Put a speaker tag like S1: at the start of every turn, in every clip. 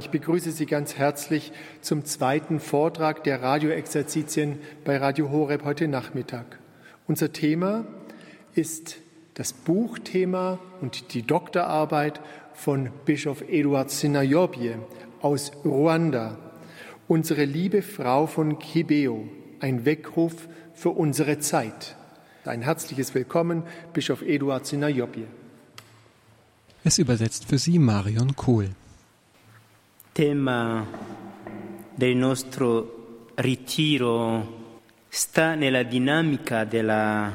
S1: Ich begrüße Sie ganz herzlich zum zweiten Vortrag der Radioexerzitien bei Radio Horeb heute Nachmittag. Unser Thema ist das Buchthema und die Doktorarbeit von Bischof Eduard Sinayobye aus Ruanda. Unsere liebe Frau von Kibeo, ein Weckruf für unsere Zeit. Ein herzliches Willkommen, Bischof Eduard Sinayobye.
S2: Es übersetzt für Sie Marion Kohl.
S3: tema del nostro ritiro sta nella dinamica della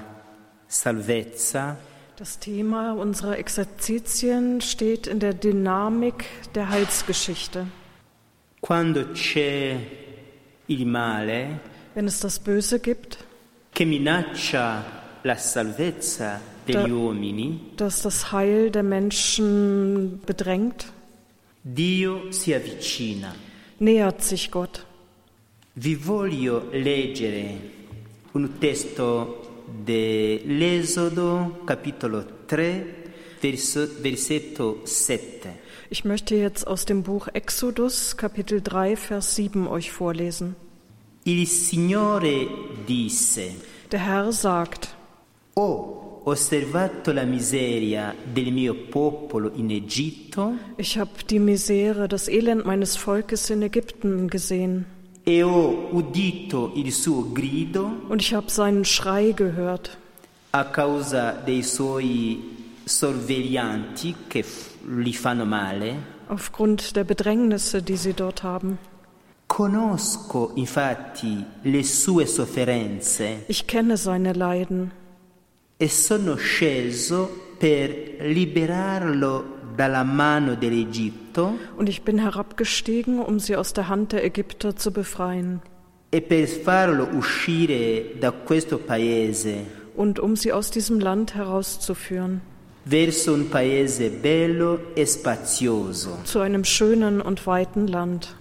S3: salvezza
S4: Das Thema unserer Exerzitien steht in der Dynamik der Heilsgeschichte.
S3: quando c'è il male
S4: Wenn es das Böse gibt,
S3: che minaccia la salvezza degli
S4: Da-
S3: uomini,
S4: das das Heil der Menschen bedrängt,
S3: Dio si avvicina.
S4: nähert sich Gott.
S3: Vi voglio leggere un testo dell'Esodo capitolo 3 verso- versetto 7.
S4: Ich möchte jetzt aus dem Buch Exodus Kapitel 3 Vers 7 euch vorlesen.
S3: Il Signore disse
S4: Der Herr sagt,
S3: Ho osservato la miseria del mio popolo in Egitto
S4: ich habe die Misere, das Elend meines Volkes in Ägypten gesehen
S3: e ho udito il suo grido
S4: und ich habe seinen Schrei gehört
S3: a causa dei suoi sorveglianti che f- li fanno male.
S4: aufgrund der Bedrängnisse, die sie dort haben.
S3: Conosco infatti le sue sofferenze
S4: Ich kenne seine Leiden.
S3: e sono sceso per liberarlo dalla mano dell'Egitto
S4: Und ich bin herabgestiegen, um sie aus der Hand der Ägypter zu befreien
S3: e per farlo uscire da questo paese.
S4: und um sie aus diesem Land herauszuführen
S3: verso un paese bello e spazioso.
S4: zu einem schönen und weiten Land.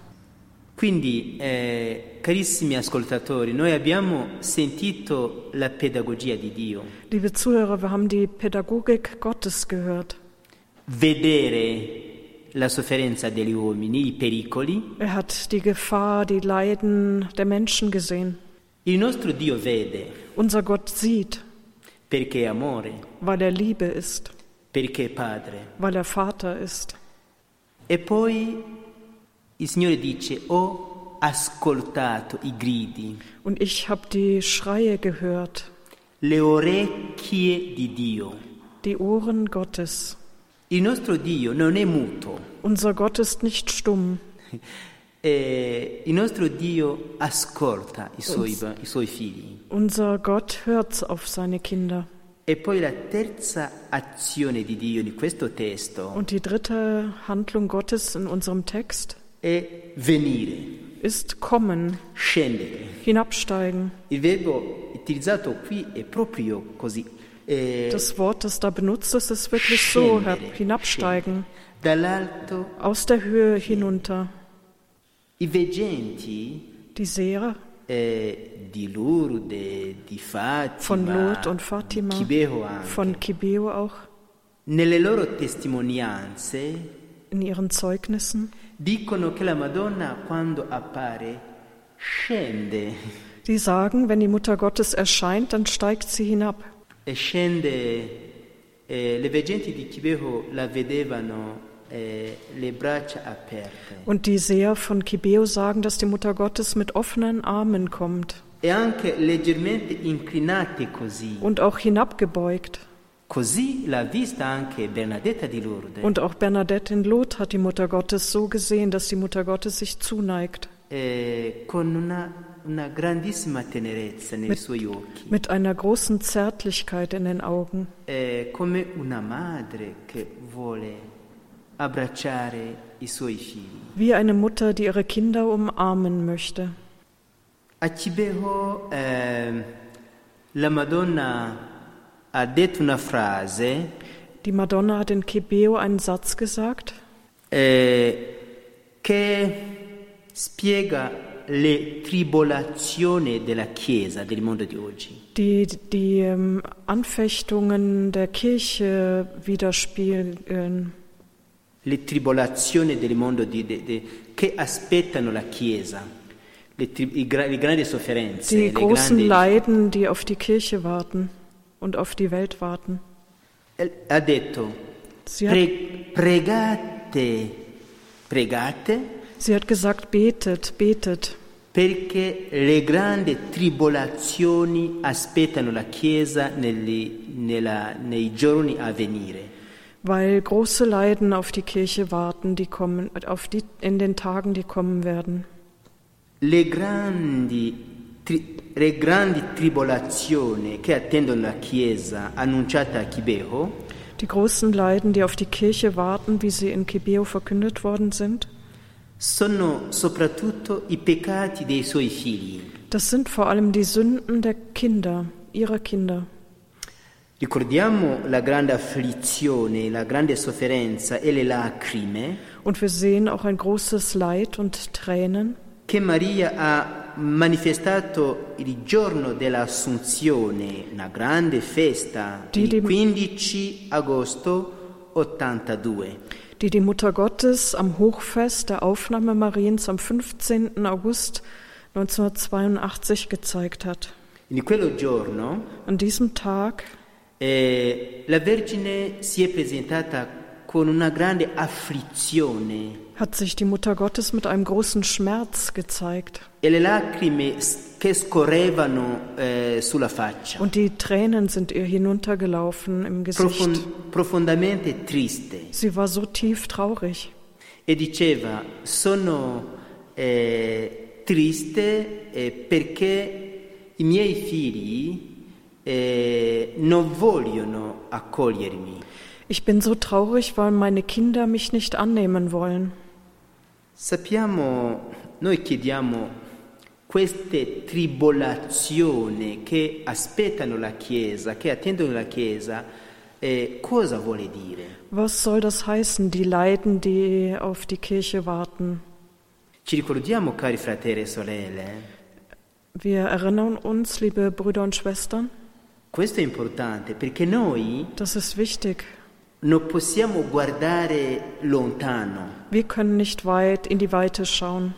S3: Quindi, eh, carissimi ascoltatori, noi abbiamo sentito la pedagogia di Dio,
S4: Liebe Zuhörer, wir haben die Pädagogik Gottes gehört.
S3: vedere la sofferenza degli uomini, i pericoli.
S4: Er hat die Gefahr, die Leiden der Menschen gesehen.
S3: Il nostro Dio vede
S4: Unser Gott sieht,
S3: perché è amore,
S4: weil er Liebe ist,
S3: perché è padre.
S4: weil er Vater ist.
S3: E poi il Signore dice, ho ascoltato i gridi,
S4: Und ich habe die Schreie gehört,
S3: le orecchie di Dio.
S4: die Ohren Gottes.
S3: Il nostro Dio non è muto.
S4: Unser Gott ist nicht stumm,
S3: E Eh, il nostro Dio ascolta i suoi, i suoi figli.
S4: Unser Gott hört auf seine Kinder.
S3: E poi la terza azione di Dio in questo testo
S4: Und die dritte Handlung Gottes in unserem Text
S3: è venire,
S4: ist kommen,
S3: scendere.
S4: hinabsteigen.
S3: Il verbo utilizzato qui è proprio così. Eh,
S4: Das Wort, das da benutzt ist, ist wirklich so,
S3: scendere,
S4: her- hinabsteigen,
S3: scendere. Dall'alto
S4: aus der Höhe hinunter.
S3: i veggenti
S4: Die Seher
S3: eh, di Lourdes, di Fatima,
S4: von Lot und Fatima,
S3: di Chibeo anche,
S4: von Kibeo auch,
S3: nelle loro testimonianze
S4: in ihren Zeugnissen,
S3: Dicono che la Madonna quando appare scende
S4: die sagen, wenn die Mutter Gottes erscheint, dann steigt sie hinab.
S3: e scende, eh, le veggenti di Chibeo la vedevano eh, le braccia aperte
S4: Und die Seher von Kibeo sagen, dass die Mutter Gottes mit offenen Armen kommt
S3: e anche leggermente inclinate così.
S4: und auch hinabgebeugt.
S3: Così l'ha vista anche Bernadetta di Lourdes.
S4: Und auch Bernadette in Lot hat die Mutter Gottes so gesehen, dass die Mutter Gottes sich zuneigt,
S3: eh, con una, una grandissima tenerezza nei
S4: Mit-
S3: suoi occhi,
S4: mit einer großen Zärtlichkeit in den Augen,
S3: eh, come una madre che vuole abbracciare i suoi figli.
S4: wie eine Mutter, die ihre Kinder umarmen möchte.
S3: A Cibeho ehm, la Madonna ha detto una frase
S4: Die Madonna hat in Kebeo einen Satz gesagt,
S3: eh, che spiega le tribolazioni della Chiesa del mondo di oggi.
S4: die die ähm, Anfechtungen der Kirche widerspiegeln.
S3: le tribolazioni del mondo di- de- de- che aspettano la Chiesa, le, tri- i gra- le grandi sofferenze,
S4: Die
S3: le
S4: großen
S3: grandi-
S4: Leiden, die auf die Kirche warten und auf die Welt warten.
S3: Eh, ha detto,
S4: Sie hat,
S3: "Pre- pregate, pregate
S4: sie hat gesagt, betet, betet,
S3: perché le grandi tribolazioni aspettano la Chiesa negli- nella- nei giorni a venire.
S4: weil große Leiden auf die Kirche warten, die kommen, auf die, in den Tagen, die kommen werden.
S3: Le grandi, tri- le grandi tribolazioni che attendono la Chiesa annunciata a Chibeho
S4: Die großen Leiden, die auf die Kirche warten, wie sie in Kibeo verkündet worden sind,
S3: sono soprattutto i peccati dei suoi figli.
S4: das sind vor allem die Sünden der Kinder, ihrer Kinder.
S3: Ricordiamo la grande afflizione, la grande sofferenza e le lacrime
S4: Und wir sehen auch ein großes Leid und Tränen,
S3: che Maria ha manifestato il giorno dell'Assunzione, una grande festa,
S4: Di- di-
S3: il 15 agosto 82.
S4: die die Mutter Gottes am Hochfest der Aufnahme Mariens am 15. August 1982 gezeigt hat.
S3: In quello giorno
S4: An diesem Tag
S3: eh, la Vergine si è presentata con una grande afflizione
S4: hat sich die Mutter Gottes mit einem großen Schmerz gezeigt
S3: e le lacrime s- che scorrevano eh, sulla faccia,
S4: und die Tränen sind ihr hinuntergelaufen im Gesicht.
S3: profon- profondamente triste.
S4: Sie war so tief traurig.
S3: e diceva sono eh, triste eh, perché i miei figli eh, non vogliono accogliermi.
S4: Ich bin so traurig, weil meine Kinder mich nicht annehmen wollen.
S3: Sappiamo, noi chiediamo queste tribolazioni che aspettano la Chiesa, che attendono la Chiesa, eh, cosa vuole dire?
S4: Was soll das heißen, die Leiden, die auf die Kirche warten?
S3: Ci ricordiamo, cari fratelli e sorelle,
S4: Wir erinnern uns, liebe Brüder und Schwestern,
S3: questo è importante perché noi
S4: das ist wichtig.
S3: Non possiamo guardare lontano,
S4: Wir können nicht weit in die Weite schauen.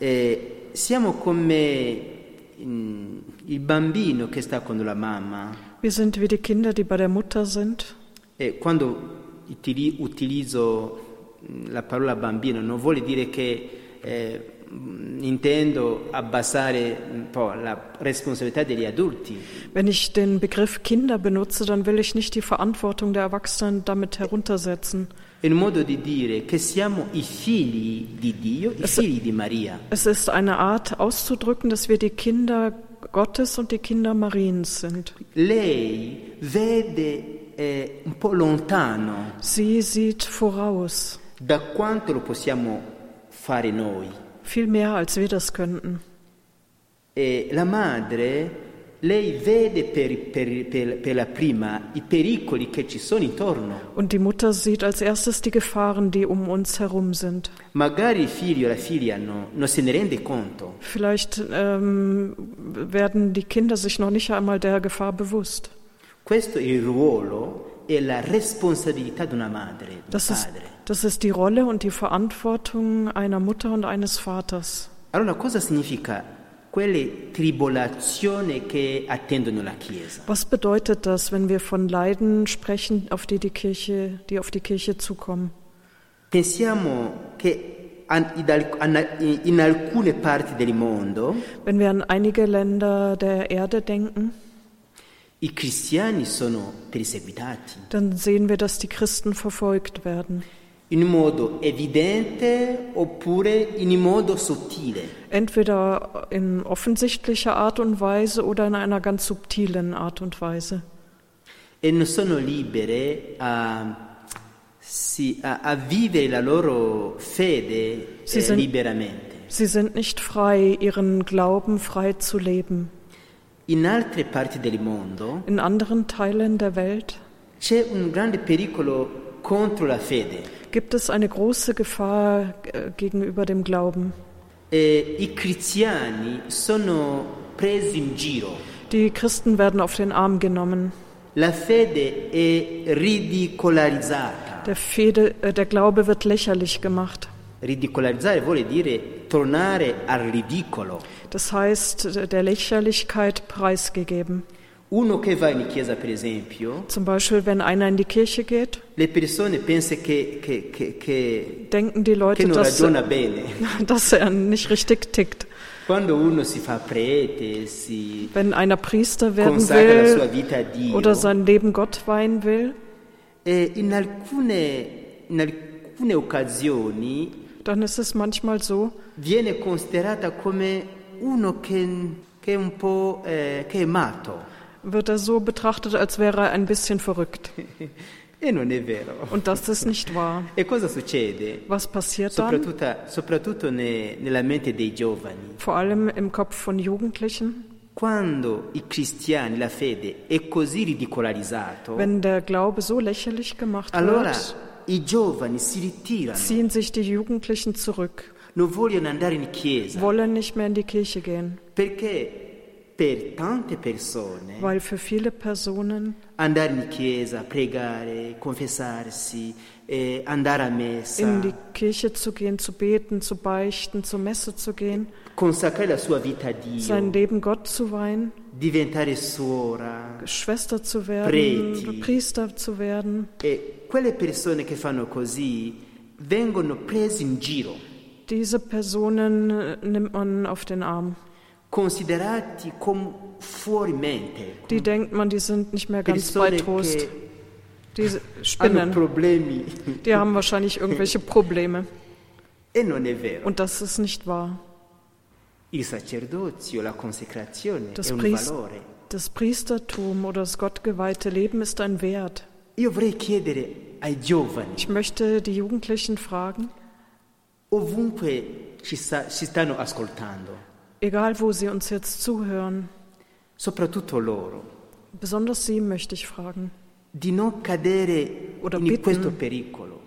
S3: Eh, siamo come mm, il bambino che sta con la mamma.
S4: Wir sind wie die Kinder, die bei der Mutter sind.
S3: Eh, quando utili- utilizzo mm, la parola bambino non vuol dire che eh, mm, intendo abbassare un po' la responsabilità degli adulti,
S4: Wenn ich den Begriff Kinder benutze, dann will ich nicht die Verantwortung der Erwachsenen damit heruntersetzen.
S3: è un modo di dire che siamo i figli di Dio, i figli di Maria.
S4: Es ist eine Art auszudrücken, dass wir die Kinder Gottes und die Kinder Mariens sind.
S3: Lei vede eh, un po' lontano.
S4: Sie sieht voraus,
S3: da quanto lo possiamo fare noi.
S4: viel mehr als wir das könnten.
S3: E la madre, lei vede per, per- per- per la prima i pericoli che ci sono intorno.
S4: Und die Mutter sieht als erstes die Gefahren, die um uns herum sind.
S3: Magari il figlio o la figlia no- non se ne rende conto,
S4: Vielleicht ähm, werden die Kinder sich noch nicht einmal der Gefahr bewusst.
S3: questo è il ruolo e la responsabilità di una madre, di un
S4: Das ist,
S3: padre.
S4: das ist die Rolle und die Verantwortung einer Mutter und eines Vaters.
S3: Allora cosa significa quelle tribolazioni che attendono la Chiesa?
S4: Was bedeutet das, wenn wir von Leiden sprechen, auf die die Kirche, die auf die Kirche zukommen?
S3: Pensiamo che an- in al- an- in alcune parti del mondo
S4: Wenn wir an einige Länder der Erde denken,
S3: I cristiani sono perseguitati
S4: dann sehen wir, dass die Christen verfolgt werden.
S3: in modo evidente oppure in modo sottile.
S4: Entweder in offensichtlicher Art und Weise oder in einer ganz subtilen Art und Weise.
S3: E non sono libere a, sì, a- a vivere la loro fede
S4: Sì,
S3: eh,
S4: son-
S3: liberamente.
S4: Sie sind nicht frei, ihren Glauben frei zu leben.
S3: In altre parti del mondo
S4: In anderen Teilen der Welt
S3: c'è un grande pericolo contro la fede.
S4: gibt es eine große Gefahr äh, gegenüber dem Glauben.
S3: E I cristiani sono presi in giro.
S4: Die Christen werden auf den Arm genommen.
S3: La fede è ridicolarizzata.
S4: Der, Fede, äh, der Glaube wird lächerlich gemacht.
S3: Ridicolarizzare vuol dire tornare al ridicolo.
S4: Das heißt, der Lächerlichkeit preisgegeben.
S3: Uno che va in chiesa, per esempio,
S4: Zum Beispiel, wenn einer in die Kirche geht,
S3: le persone pensano che, che- che- che-
S4: denken die
S3: che
S4: Leute,
S3: non
S4: dass,
S3: ragiona bene.
S4: dass er nicht richtig tickt.
S3: Quando uno si fa prete, si
S4: Wenn einer Priester werden
S3: consacra la sua
S4: will
S3: vita a Dio,
S4: oder sein Leben Gott weihen will,
S3: eh, in, alcune, in alcune occasioni
S4: dann ist es manchmal so,
S3: viene considerata come uno che, che è un po' eh, che è matto.
S4: wird er so betrachtet, als wäre er ein bisschen verrückt.
S3: E non è vero.
S4: Und das ist nicht wahr.
S3: E cosa succede?
S4: Was passiert dann?
S3: Soprattutto, soprattutto ne- nella mente dei giovani.
S4: Vor allem im Kopf von Jugendlichen,
S3: Quando i cristiani, la fede è così ridicolarizzata,
S4: wenn der Glaube so lächerlich gemacht
S3: allora
S4: wird,
S3: i giovani si ritirano,
S4: ziehen sich die Jugendlichen zurück,
S3: non vogliono andare in chiesa,
S4: wollen nicht mehr in die Kirche gehen,
S3: perché per tante persone
S4: weil für viele Personen
S3: andare in chiesa, pregare, confessarsi, eh, andare a
S4: in die
S3: messa,
S4: Kirche zu gehen, zu beten, zu beichten, zur Messe zu gehen,
S3: consacrare la sua vita a
S4: sein
S3: Dio,
S4: Leben Gott zu weihen,
S3: diventare suora,
S4: Schwester zu werden,
S3: Preti.
S4: Priester zu werden,
S3: E quelle persone che fanno così vengono prese in giro,
S4: diese Personen äh, nimmt man auf den Arm.
S3: considerati come fuori mente,
S4: Die denkt man, die sind nicht mehr ganz bei
S3: persone
S4: Trost.
S3: che
S4: Die
S3: hanno
S4: spinnen.
S3: problemi.
S4: Die haben wahrscheinlich irgendwelche Probleme.
S3: E non è vero.
S4: Und das ist nicht wahr.
S3: Il sacerdozio, la consacrazione è
S4: Das,
S3: un
S4: Priest,
S3: valore.
S4: das Priestertum oder das gottgeweihte Leben ist ein Wert.
S3: Io vorrei chiedere ai giovani,
S4: Ich möchte die Jugendlichen fragen,
S3: ovunque ci, sta- ci stanno ascoltando,
S4: egal wo sie uns jetzt zuhören,
S3: soprattutto loro,
S4: besonders sie möchte ich fragen,
S3: di non cadere
S4: Ora
S3: in
S4: bitten.
S3: questo pericolo.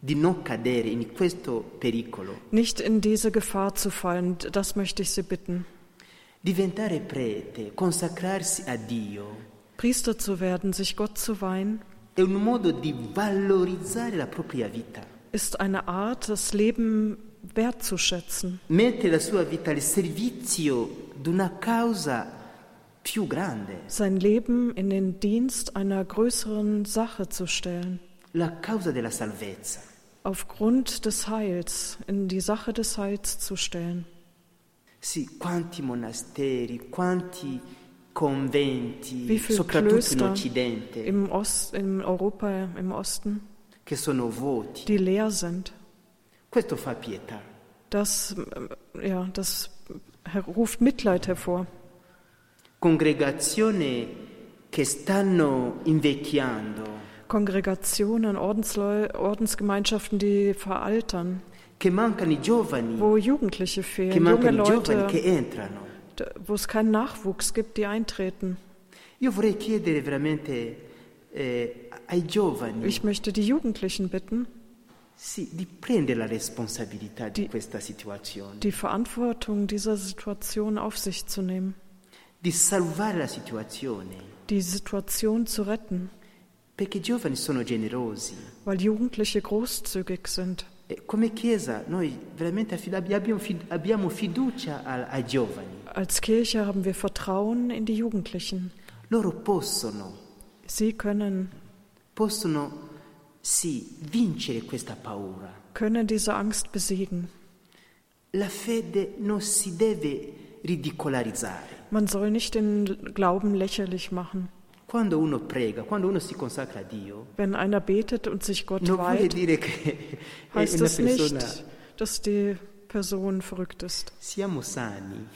S3: Di non cadere in questo pericolo.
S4: nicht in diese Gefahr zu fallen. Das möchte ich sie bitten.
S3: Diventare prete, consacrarsi a Dio,
S4: Priester zu werden, sich Gott zu weihen,
S3: è un modo di valorizzare la propria vita,
S4: ist eine Art, das Leben wertzuschätzen.
S3: mettere la sua vita al servizio di una causa più grande,
S4: sein Leben in den Dienst einer größeren Sache zu stellen,
S3: la causa della salvezza.
S4: aufgrund des Heils, in die Sache des Heils zu stellen.
S3: Sì, quanti monasteri, quanti conventi,
S4: Wie viele
S3: soprattutto in
S4: Klöster
S3: Occidente,
S4: im, Ost, in Europa, im Osten,
S3: che sono vuoti.
S4: die leer sind.
S3: Questo fa pietà,
S4: Das, äh, ja, das her- ruft Mitleid hervor.
S3: congregazioni che stanno invecchiando.
S4: Kongregationen, Ordensleu Ordensgemeinschaften, die veraltern,
S3: che mancano i giovani,
S4: wo
S3: che
S4: Jugendliche fehlen, junge
S3: mancano i giovani che
S4: Leute,
S3: entrano.
S4: d- wo es keinen Nachwuchs gibt, die eintreten.
S3: Io vorrei chiedere veramente eh, ai giovani
S4: Ich möchte die Jugendlichen bitten,
S3: sì, di prendere la responsabilità di
S4: Di-
S3: questa situazione,
S4: die Verantwortung dieser Situation auf sich zu nehmen,
S3: di salvare la situazione,
S4: die Situation zu retten,
S3: perché i giovani sono generosi.
S4: weil Jugendliche großzügig sind.
S3: E Eh, come Chiesa noi veramente affidab- abbiamo, fi- abbiamo fiducia al- ai giovani.
S4: Als Kirche haben wir Vertrauen in die Jugendlichen.
S3: Loro possono,
S4: Sie können,
S3: possono sì, vincere questa paura.
S4: können diese Angst besiegen.
S3: La fede non si deve ridicolarizzare.
S4: Man soll nicht den Glauben lächerlich machen.
S3: Quando uno prega, quando uno si consacra a Dio,
S4: Wenn einer betet und sich Gott
S3: non vuol
S4: weiht,
S3: dire che è una
S4: heißt es
S3: persona
S4: nicht, dass die Person verrückt ist.
S3: siamo sani.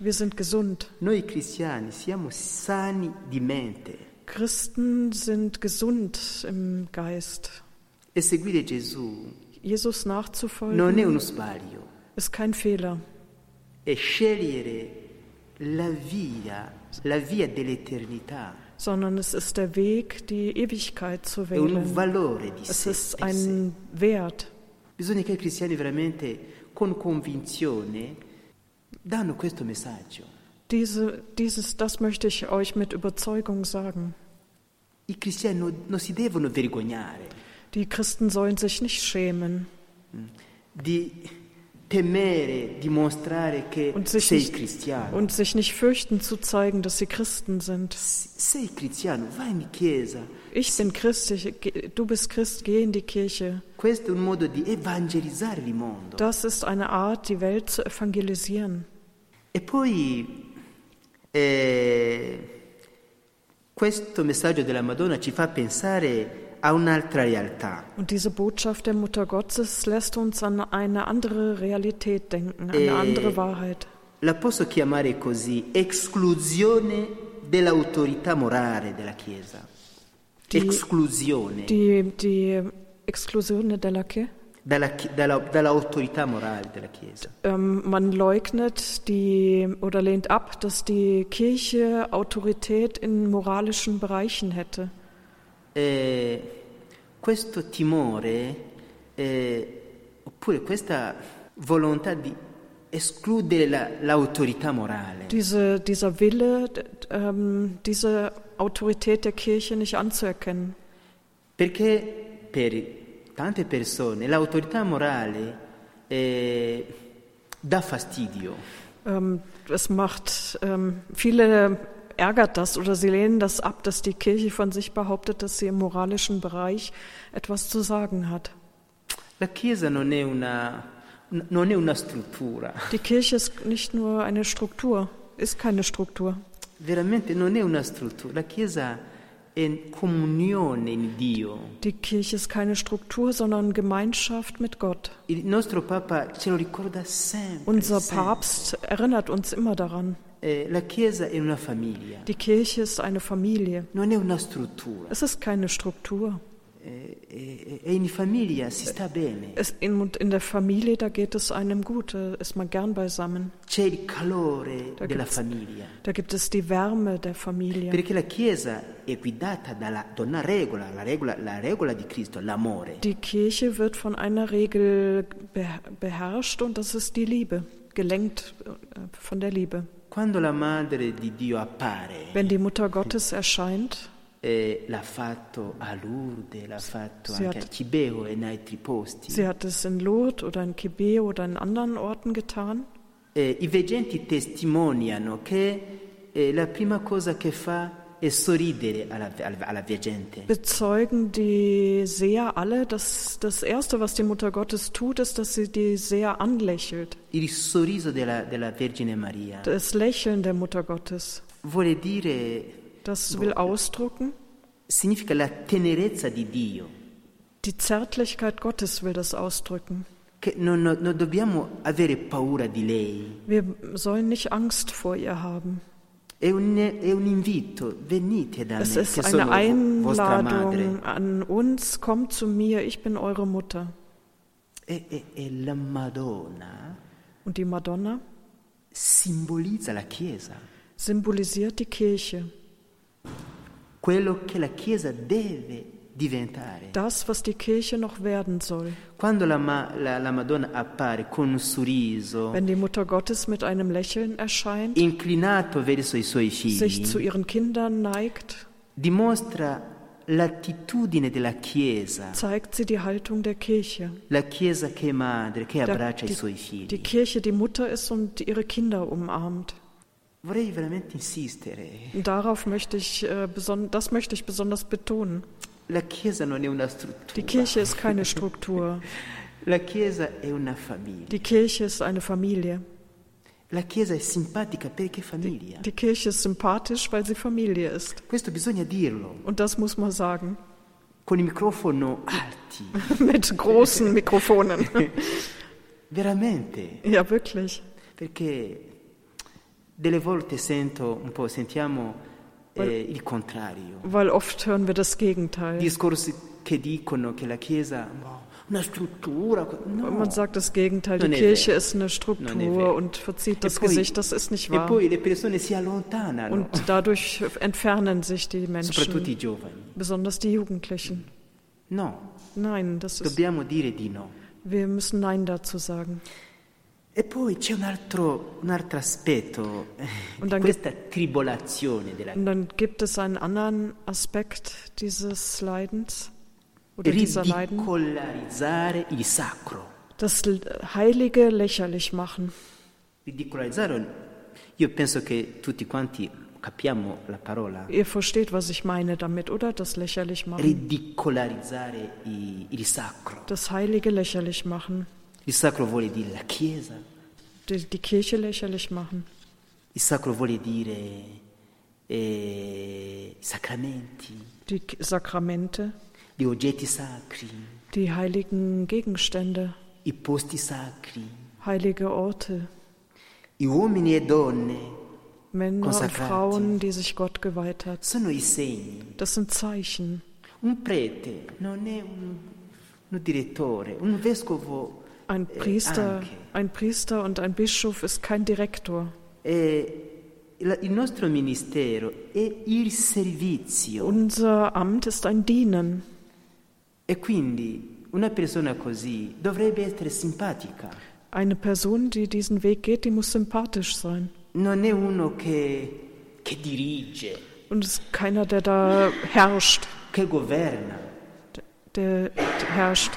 S4: Wir sind gesund.
S3: Noi cristiani siamo sani di mente
S4: Christen sind gesund im Geist.
S3: e seguire Gesù
S4: Jesus nachzufolgen.
S3: non è uno sbaglio,
S4: ist kein Fehler.
S3: è scegliere la via, la via dell'eternità,
S4: sondern es ist der Weg, die Ewigkeit zu
S3: è un
S4: wählen.
S3: valore di
S4: Es
S3: sé.
S4: ist
S3: per sé.
S4: ein Wert.
S3: Bisogna che i cristiani veramente con convinzione danno questo messaggio.
S4: Diese, dieses, das möchte ich euch mit Überzeugung sagen.
S3: I cristiani non, non si devono vergognare.
S4: Die Christen sollen sich nicht schämen
S3: di temere, di mostrare che
S4: und sich,
S3: sei
S4: nicht,
S3: cristiano.
S4: und sich nicht fürchten zu zeigen, dass sie Christen sind.
S3: Sei cristiano, vai in chiesa.
S4: Ich bin Christ, ich, ge- du bist Christ, geh in die Kirche.
S3: Questo è un modo di evangelizzare il mondo.
S4: Das ist eine Art, die Welt zu evangelisieren.
S3: E poi eh, questo messaggio della Madonna ci fa pensare a un'altra realtà.
S4: Und diese Botschaft der Mutter Gottes lässt uns an eine andere Realität denken,
S3: Eh.
S4: eine andere Wahrheit.
S3: La posso chiamare così, esclusione dell'autorità morale della Chiesa. Esclusione
S4: Die, die Exklusione della Che.
S3: dalla chi- dalla- dall'autorità morale della Chiesa.
S4: Ähm, man leugnet die oder lehnt ab, dass die Kirche Autorität in moralischen Bereichen hätte.
S3: Eh, questo timore, eh, oppure questa volontà di escludere la- l'autorità morale.
S4: Diese, dieser Wille, d- ähm, diese Autorität der Kirche nicht anzuerkennen.
S3: Perché per tante persone l'autorità morale eh, dà fastidio,
S4: Ähm, es macht ähm, viele ärgert das oder sie lehnen das ab, dass die Kirche von sich behauptet, dass sie im moralischen Bereich etwas zu sagen hat.
S3: la Chiesa non è una, n- non è una struttura,
S4: Die Kirche ist nicht nur eine Struktur, ist keine Struktur.
S3: veramente non è una struttura, la Chiesa è comunione in Dio.
S4: Die Kirche ist keine Struktur, sondern Gemeinschaft mit Gott.
S3: Il nostro Papa ce lo ricorda sempre.
S4: Unser
S3: sempre.
S4: Papst erinnert uns immer daran.
S3: Eh, la Chiesa è una famiglia,
S4: Die Kirche ist eine Familie.
S3: non è una struttura.
S4: Es ist keine Struktur.
S3: Eh, eh, e in famiglia si sta bene,
S4: Es in, und in der Familie, da geht es einem gut, da ist man gern beisammen.
S3: c'è il calore
S4: Da
S3: della
S4: gibt's-
S3: famiglia.
S4: Da gibt es die Wärme der Familie.
S3: Perché la Chiesa è guidata dalla, da una regola, la regola, la regola di Cristo, l'amore.
S4: Die Kirche wird von einer Regel beh- beherrscht und das ist die Liebe, gelenkt äh, von der Liebe.
S3: Quando la Madre di Dio appare,
S4: Wenn die Mutter Gottes erscheint,
S3: eh, l'ha fatto a Lourdes, l'ha fatto
S4: Sì,
S3: anche
S4: att-
S3: a Cibeo e in altri posti,
S4: sie hat es in Lourdes oder in Kibeo oder in anderen Orten getan,
S3: eh, i veggenti testimoniano che eh, la prima cosa che fa è sorridere alla, alla, alla veggente.
S4: bezeugen die Seher alle, dass das Erste, was die Mutter Gottes tut, ist, dass sie die Seher anlächelt.
S3: Il sorriso della, della Vergine Maria
S4: Das Lächeln der Mutter Gottes,
S3: vuole dire,
S4: das will ausdrücken,
S3: significa la tenerezza di Dio.
S4: die Zärtlichkeit Gottes will das ausdrücken.
S3: che non, non- non dobbiamo avere paura di lei.
S4: Wir sollen nicht Angst vor ihr haben.
S3: È un, è un invito, venite da
S4: Es
S3: me,
S4: ist
S3: che
S4: eine
S3: sono vo- vostra
S4: Einladung
S3: madre.
S4: an uns, kommt zu mir, ich bin eure Mutter.
S3: E, e- e la Madonna
S4: Und die Madonna
S3: simbolizza la Chiesa,
S4: symbolisiert die Kirche,
S3: quello che la Chiesa deve diventare.
S4: das, was die Kirche noch werden soll.
S3: Quando la, ma- la- la Madonna appare con un sorriso,
S4: Wenn die Mutter Gottes mit einem Lächeln erscheint,
S3: inclinato verso i suoi
S4: sich zu
S3: figli,
S4: ihren Kindern neigt,
S3: dimostra l'attitudine della Chiesa,
S4: zeigt sie die Haltung der Kirche.
S3: la Chiesa che è madre, che
S4: Da-
S3: abbraccia i suoi
S4: Die, die
S3: figli.
S4: Kirche, die Mutter ist und ihre Kinder umarmt.
S3: Vorrei veramente insistere.
S4: Und darauf möchte ich, äh, beson das möchte ich besonders betonen.
S3: La Chiesa non è una
S4: Die
S3: struttura,
S4: Kirche ist keine Struktur.
S3: la Chiesa è una famiglia.
S4: Die Kirche ist eine Familie.
S3: La Chiesa è simpatica perché è famiglia.
S4: Die Kirche ist sympathisch, weil sie Familie ist.
S3: Questo bisogna dirlo
S4: Und das muss man sagen.
S3: con i microfono alti,
S4: Mit großen Mikrofonen.
S3: veramente,
S4: ja, wirklich.
S3: perché delle volte sento un po', sentiamo eh, il contrario.
S4: Weil oft hören wir das Gegenteil.
S3: Discorsi che dicono che la Chiesa è una struttura, no.
S4: Und man sagt das Gegenteil. Die
S3: Non è
S4: Kirche
S3: vero.
S4: ist Genau.
S3: Non è
S4: eine
S3: vero.
S4: Struktur und verzieht
S3: E
S4: das
S3: poi-
S4: Gesicht. Das ist nicht
S3: E
S4: wahr.
S3: poi le persone si allontanano,
S4: Und dadurch entfernen sich die
S3: soprattutto i
S4: Menschen,
S3: giovani.
S4: besonders die Jugendlichen.
S3: No,
S4: Nein, das ist.
S3: dobbiamo dire di no.
S4: Wir müssen Nein dazu sagen.
S3: E poi c'è un altro, un altro aspetto eh, di
S4: anche- Mm,
S3: questa tribolazione della
S4: Und dann gibt es einen anderen Aspekt dieses Leidens oder dieser Leiden,
S3: ridicolarizzare il sacro.
S4: das L- Heilige lächerlich machen.
S3: Ridicolarizzare, io penso che tutti quanti capiamo la parola.
S4: Ihr versteht, was ich meine damit, oder? Das lächerlich machen.
S3: Ridicolarizzare i- il sacro.
S4: Das Heilige lächerlich machen.
S3: Il sacro vuole dire la Chiesa,
S4: Die, die Kirche lächerlich machen.
S3: il sacro vuole dire eh, i sacramenti,
S4: Die K- Sakramente,
S3: gli oggetti sacri,
S4: die heiligen Gegenstände,
S3: i posti sacri,
S4: heilige Orte,
S3: gli uomini e donne.
S4: Männer und
S3: Konsakrate.
S4: Frauen, die sich Gott geweiht hat.
S3: Sono i segni.
S4: Das sind Zeichen.
S3: Un prete non è un, un direttore, un vescovo
S4: Ein
S3: eh,
S4: Priester,
S3: anche.
S4: ein Priester und ein Bischof ist kein Direktor.
S3: Eh, la- il nostro ministero è il servizio
S4: Unser Amt ist ein Dienen.
S3: e quindi una persona così dovrebbe essere simpatica.
S4: Eine Person, die diesen Weg geht, die muss sympathisch sein.
S3: Non è uno che, che dirige,
S4: Und es ist keiner, der da herrscht.
S3: che governa.
S4: Der herrscht.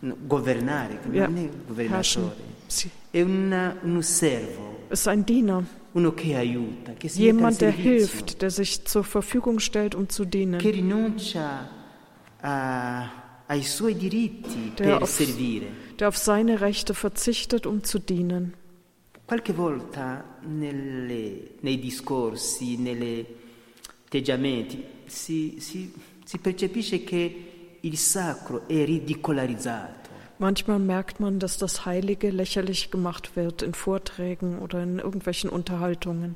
S3: No, governare, che
S4: Ja,
S3: non è
S4: herrschen.
S3: governatore.
S4: Sie
S3: È una- un servo,
S4: ist ein Diener.
S3: uno che aiuta, che si mette al
S4: Jemand, der
S3: servizio,
S4: hilft, der sich zur Verfügung stellt, um zu
S3: che
S4: dienen.
S3: rinuncia a- ai suoi diritti
S4: Der
S3: per
S4: auf-
S3: servire.
S4: Der auf seine Rechte verzichtet, um zu dienen.
S3: Qualche volta nelle- nei discorsi, negli atteggiamenti, si, si- si percepisce che il sacro è ridicolarizzato.
S4: Manchmal merkt man, dass das Heilige lächerlich gemacht wird in Vorträgen oder in irgendwelchen Unterhaltungen.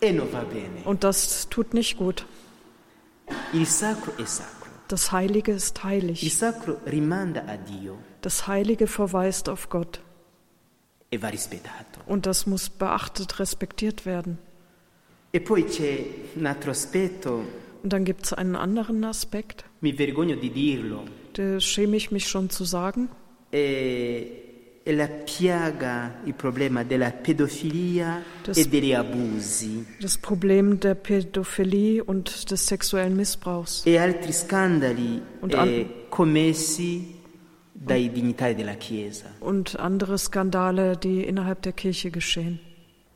S3: E non va bene.
S4: Und das tut nicht gut.
S3: Il sacro è sacro.
S4: Das Heilige ist
S3: Il
S4: heilig.
S3: sacro rimanda a Dio
S4: Das Heilige verweist auf Gott.
S3: e va rispettato.
S4: Und das muss beachtet, respektiert werden.
S3: E poi c'è un altro aspetto,
S4: Und dann gibt es einen anderen Aspekt,
S3: mi vergogno di dirlo,
S4: der schäme ich mich schon zu sagen.
S3: è, è la piaga, il problema della pedofilia
S4: Das-
S3: e degli abusi.
S4: Das Problem der Pädophilie und des sexuellen Missbrauchs.
S3: e altri scandali
S4: Und
S3: eh,
S4: an-
S3: commessi dai dignitari della Chiesa.
S4: Und andere Skandale, die innerhalb der Kirche geschehen.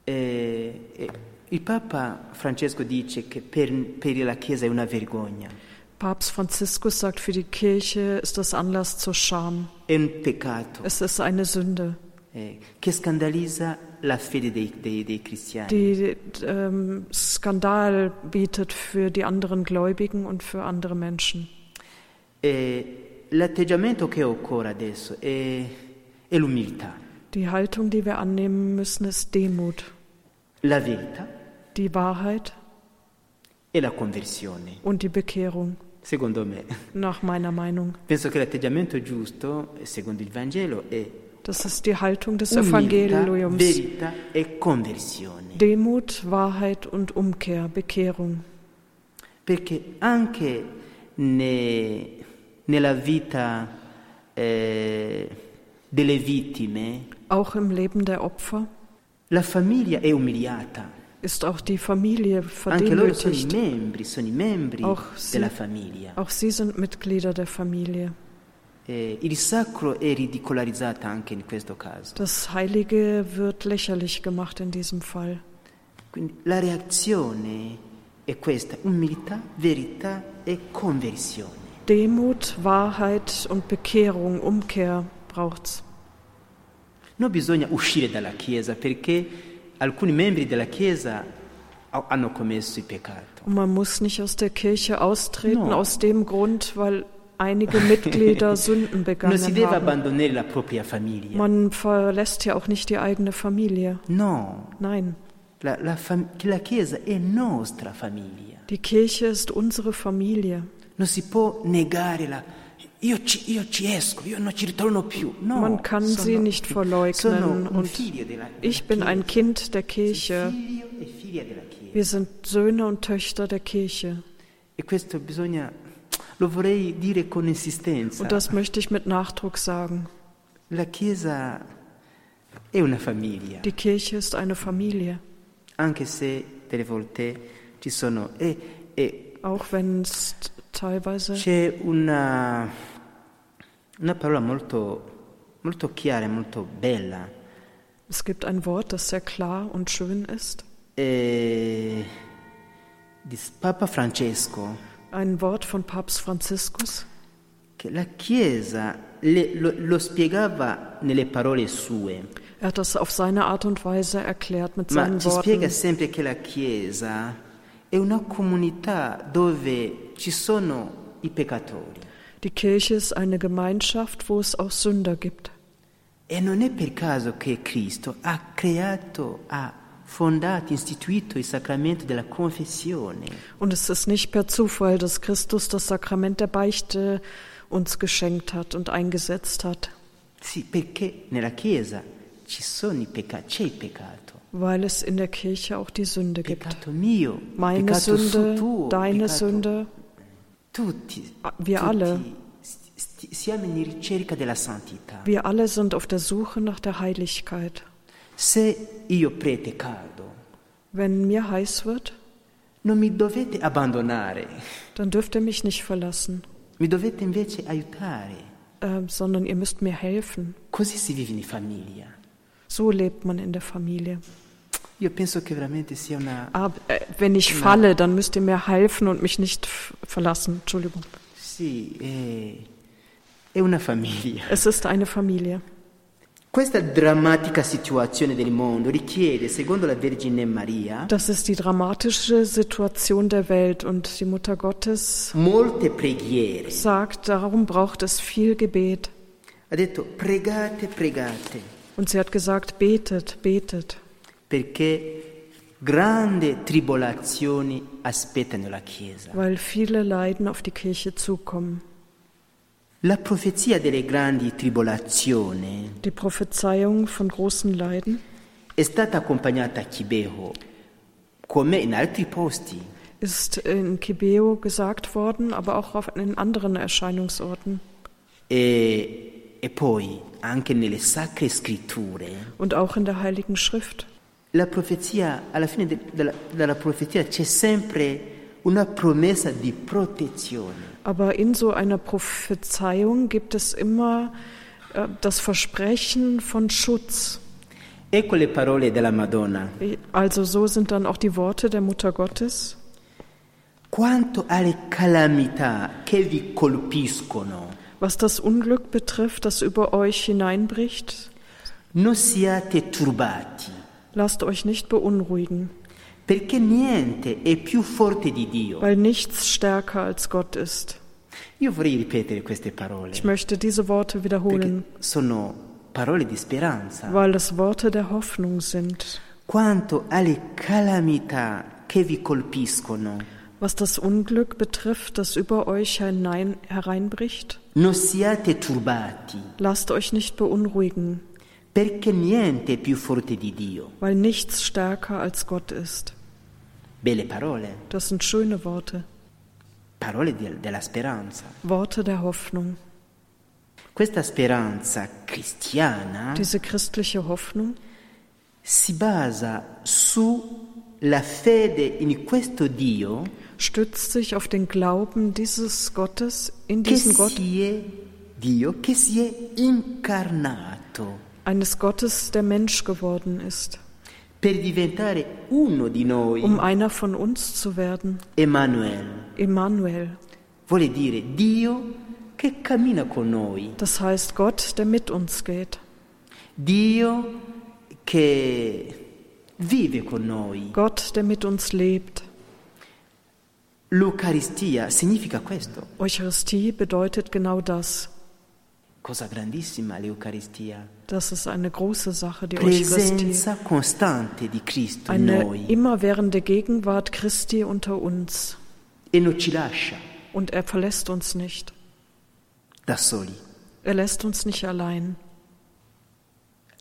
S3: Eh, eh, il Papa Francesco dice che per, per la Chiesa è una vergogna,
S4: Papst Franziskus sagt, für die Kirche ist das Anlass zur Scham.
S3: è un peccato
S4: Es ist eine Sünde,
S3: eh, che scandalizza la fede dei, dei- dei cristiani.
S4: die ähm, Skandal bietet für die anderen Gläubigen und für andere Menschen.
S3: Eh, l'atteggiamento che occorre adesso è, è l'umiltà,
S4: Die Haltung, die wir annehmen müssen, ist Demut,
S3: la verità
S4: die Wahrheit
S3: e la conversione,
S4: und die Bekehrung,
S3: secondo me.
S4: nach meiner Meinung.
S3: Penso che l'atteggiamento giusto, eh, secondo il Vangelo, è
S4: Das ist die Haltung des
S3: Umiltà,
S4: Evangeliums.
S3: verità e conversione.
S4: Demut, Wahrheit und Umkehr, Bekehrung.
S3: Perché anche ne- nella vita eh, delle vittime
S4: Auch im Leben der Opfer
S3: la famiglia è umiliata.
S4: ist auch die Familie
S3: Anche loro sono i
S4: verdemütigt.
S3: membri, sono i membri
S4: Auch sie-
S3: della famiglia.
S4: Auch sie sind Mitglieder der Familie.
S3: Eh, il sacro è ridicolarizzata anche in questo caso.
S4: Das Heilige wird lächerlich gemacht in diesem Fall.
S3: Quindi la reazione è questa, umiltà, verità e conversione.
S4: Demut, Wahrheit und Bekehrung, Umkehr braucht's.
S3: Non bisogna uscire dalla Chiesa perché alcuni membri della Chiesa ha- hanno commesso il peccato.
S4: Und man muss nicht aus der Kirche austreten,
S3: No.
S4: aus dem Grund, weil einige Mitglieder Sünden
S3: Non
S4: begangen
S3: si deve
S4: haben.
S3: abbandonare la propria famiglia.
S4: Man verlässt ja auch nicht die eigene Familie.
S3: No,
S4: Nein,
S3: la, la fam- la Chiesa è nostra famiglia.
S4: die Kirche ist unsere Familie.
S3: Non si può negare la... Io ci, io ci esco, io non ci ritorno più. No,
S4: Man kann
S3: sono-
S4: sie nicht verleugnen.
S3: Sono un
S4: Und
S3: figlio della, della
S4: ich bin
S3: Chiesa.
S4: ein Kind der
S3: Sono
S4: Kirche.
S3: Figlio e figlia della Chiesa.
S4: Wir sind Söhne und Töchter der Kirche.
S3: E questo bisogna... Lo vorrei dire con insistenza.
S4: Und das möchte ich mit Nachdruck sagen.
S3: La Chiesa è una famiglia,
S4: Die Kirche ist eine Familie.
S3: anche se delle volte ci sono... E, e
S4: auch wenn es teilweise
S3: C'è una, una parola molto, molto chiara e molto bella,
S4: Es gibt ein Wort, das sehr klar und schön ist.
S3: eh, di s- Papa Francesco,
S4: Ein Wort von Papst Franziskus.
S3: che la Chiesa le- lo, lo spiegava nelle parole sue,
S4: Er hat das auf seine Art und Weise erklärt mit
S3: ma
S4: seinen
S3: ci spiega
S4: Worten.
S3: sempre che la Chiesa è una comunità dove ci sono i peccatori
S4: Die Kirche ist eine Gemeinschaft, wo es auch Sünder gibt.
S3: e non è per caso che Cristo ha creato, ha fondato, istituito il sacramento della confessione.
S4: Und es ist nicht per Zufall, dass Christus das Sakrament der Beichte uns geschenkt hat und eingesetzt hat,
S3: Sì, perché nella Chiesa ci sono i peccati, c'è il peccato.
S4: weil es in der Kirche auch die Sünde gibt.
S3: Peccato mio,
S4: Meine
S3: peccato su
S4: Sünde,
S3: tuo,
S4: deine
S3: peccato-
S4: Sünde.
S3: Tutti,
S4: Ah, wir
S3: tutti
S4: alle.
S3: st- st- siamo in ricerca della santità.
S4: Wir alle sind auf der Suche nach der Heiligkeit.
S3: Se io prete caldo,
S4: Wenn mir heiß wird,
S3: non mi dovete abbandonare,
S4: dann dürft ihr mich nicht verlassen,
S3: mi dovete invece aiutare.
S4: äh, sondern ihr müsst mir helfen.
S3: Così si vive in famiglia.
S4: So lebt man in der Familie.
S3: Io penso che veramente sia una,
S4: Aber, äh, wenn ich falle, dann müsst ihr mir helfen und mich nicht f- verlassen. Entschuldigung.
S3: sì, è, è una famiglia.
S4: Es ist eine Familie.
S3: Questa drammatica situazione del mondo richiede, secondo la Vergine Maria,
S4: Das ist die dramatische Situation der Welt und die Mutter Gottes
S3: molte preghiere.
S4: sagt, darum braucht es viel Gebet.
S3: Ha detto pregate, pregate,
S4: Und sie hat gesagt, betet, betet,
S3: perché grandi tribolazioni aspettano la Chiesa.
S4: weil viele Leiden auf die Kirche zukommen.
S3: La profezia delle grandi tribolazioni
S4: Die Prophezeiung von großen Leiden
S3: è stata accompagnata a Chibeho, come in altri posti.
S4: ist in Kibeo gesagt worden, aber auch auf, in anderen Erscheinungsorten
S3: E, e poi anche nelle sacre scritture.
S4: und auch in der Heiligen Schrift.
S3: La profezia, alla fine de- della, della profezia c'è sempre una promessa di protezione.
S4: Aber in so einer Prophezeiung gibt es immer äh, das Versprechen von Schutz.
S3: Ecco le parole della Madonna.
S4: Also so sind dann auch die Worte der Mutter Gottes.
S3: Quanto alle calamità che vi colpiscono,
S4: Was das Unglück betrifft, das über euch hineinbricht,
S3: non siate turbati,
S4: lasst euch nicht beunruhigen,
S3: perché niente è più forte di Dio.
S4: weil nichts stärker als Gott ist.
S3: Io vorrei ripetere queste parole,
S4: Ich möchte diese Worte wiederholen,
S3: perché sono parole di speranza.
S4: weil es Worte der Hoffnung sind.
S3: Quanto alle calamità che vi colpiscono,
S4: Was das Unglück betrifft, das über euch hinein, hereinbricht,
S3: non siate turbati,
S4: lasst euch nicht beunruhigen,
S3: perché niente è più forte di Dio.
S4: weil nichts stärker als Gott ist.
S3: Belle parole,
S4: Das sind schöne Worte,
S3: parole di- della speranza.
S4: Worte der Hoffnung.
S3: Questa speranza cristiana
S4: Diese christliche Hoffnung
S3: si basa sulla fede in questo Dio
S4: stützt sich auf den Glauben dieses Gottes in
S3: che
S4: diesen Gott,
S3: si è Dio, che si è incarnato
S4: eines Gottes, der Mensch geworden ist,
S3: per diventare uno di noi.
S4: um einer von uns zu werden.
S3: Emanuele
S4: Emmanuel.
S3: vuole dire Dio che cammina con noi,
S4: Das heißt Gott, der mit uns geht.
S3: Dio che vive con noi.
S4: Gott, der mit uns lebt.
S3: L'Eucaristia significa questo.
S4: Eucharistie bedeutet genau das.
S3: Cosa grandissima l'Eucaristia.
S4: Das ist eine große Sache, die Eucharistie.
S3: Presenza costante di Cristo in
S4: Eine
S3: noi
S4: immerwährende Gegenwart Christi unter uns.
S3: e non ci lascia.
S4: Und er verlässt uns nicht.
S3: da soli.
S4: Er lässt uns nicht allein.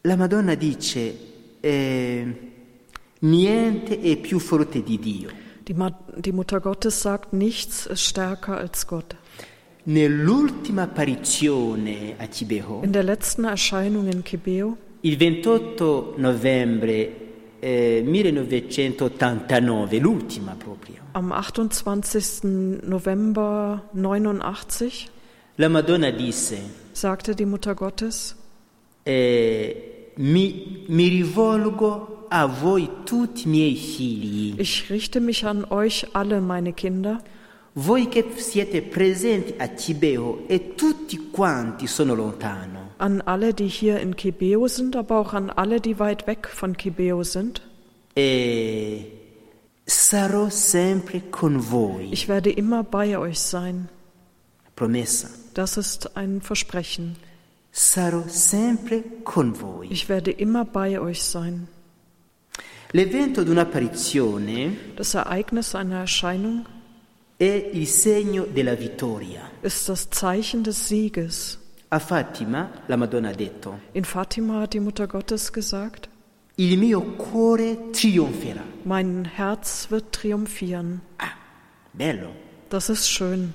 S3: La Madonna dice, eh, niente è più forte di Dio.
S4: Die, Ma die Mutter Gottes sagt, nichts ist stärker als Gott.
S3: Nell'ultima apparizione a Cibeho,
S4: In der letzten Erscheinung in Kibeo,
S3: il 28 novembre eh, 1989, l'ultima proprio.
S4: Am 28. November 89
S3: La Madonna disse,
S4: sagte die Mutter Gottes,
S3: eh, mi, mi rivolgo a voi tutti miei figli,
S4: ich richte mich an euch alle, meine Kinder,
S3: voi che siete presenti a Cibeo e tutti quanti sono lontano.
S4: an alle, die hier in Kibeo sind, aber auch an alle, die weit weg von Kibeo sind.
S3: E sarò sempre con voi.
S4: Ich werde immer bei euch sein.
S3: Promessa.
S4: Das ist ein Versprechen.
S3: Sarò sempre con voi.
S4: Ich werde immer bei euch sein.
S3: L'evento di un'apparizione
S4: Das Ereignis einer Erscheinung
S3: è il segno della vittoria.
S4: ist das Zeichen des Sieges.
S3: A Fatima la Madonna ha detto,
S4: In Fatima hat die Mutter Gottes gesagt,
S3: il mio cuore trionferà.
S4: mein Herz wird triumphieren.
S3: Ah, bello.
S4: Das ist schön.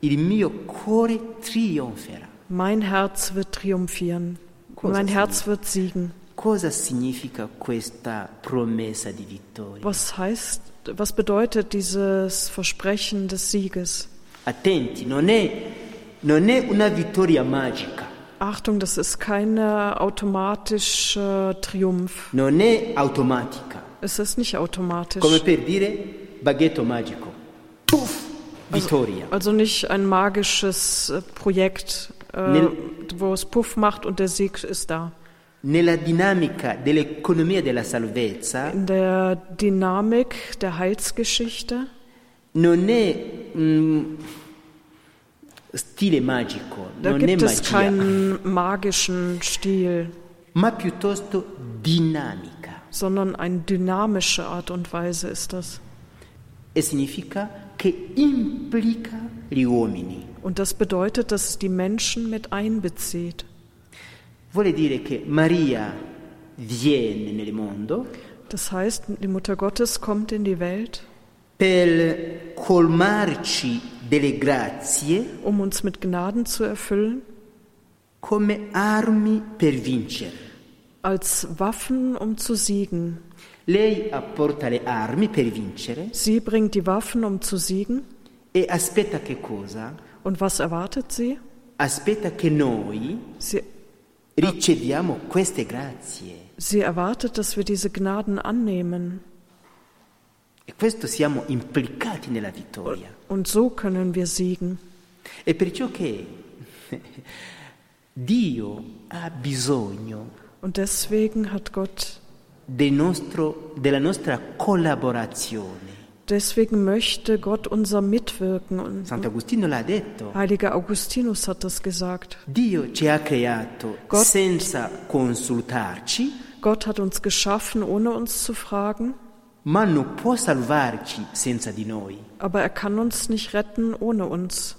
S3: Il mio cuore trionferà.
S4: Mein Herz wird triumphieren.
S3: Großes
S4: Mein Herz wird siegen.
S3: Cosa significa questa promessa di vittoria?
S4: Was heißt, was bedeutet dieses Versprechen des Sieges?
S3: Attenti, non è, non è una vittoria magica,
S4: Achtung, das ist kein äh, automatischer Triumph.
S3: non è automatica,
S4: Es ist nicht automatisch.
S3: come per dire baghetto magico. Puff, vittoria.
S4: Also nicht ein magisches äh, Projekt, äh,
S3: Nee.
S4: wo es Puff macht und der Sieg ist da.
S3: Nella dinamica dell'economia della salvezza
S4: In der Dynamik der Heilsgeschichte
S3: non è mm, stile magico,
S4: Da
S3: non è
S4: gibt es
S3: magia,
S4: keinen magischen Stil,
S3: ma piuttosto dinamica.
S4: sondern eine dynamische Art und Weise ist das.
S3: E significa che implica gli uomini.
S4: Und das bedeutet, dass es die Menschen mit einbezieht.
S3: Vuole dire che Maria viene nel mondo
S4: Das heißt, die Mutter Gottes kommt in die Welt,
S3: per colmarci delle grazie
S4: um uns mit Gnaden zu erfüllen,
S3: come armi per vincere.
S4: als Waffen, um zu siegen.
S3: Lei apporta le armi per vincere
S4: Sie bringt die Waffen, um zu siegen.
S3: e aspetta che cosa?
S4: Und was erwartet sie?
S3: Aspetta che noi
S4: Sie,
S3: riceviamo queste grazie.
S4: sie erwartet, dass wir diese Gnaden annehmen.
S3: E questo siamo implicati nella vittoria.
S4: Und so können wir siegen.
S3: E perciò che Dio ha bisogno
S4: Und deswegen hat Gott,
S3: del nostro- della nostra collaborazione.
S4: deswegen möchte Gott unser Mitwirken. Und
S3: Sant'Agostino l'ha detto.
S4: Heiliger Augustinus hat das gesagt.
S3: Dio ci ha creato
S4: God-
S3: senza consultarci,
S4: Gott hat uns geschaffen, ohne uns zu fragen,
S3: ma non può salvarci senza di noi.
S4: aber er kann uns nicht retten ohne uns.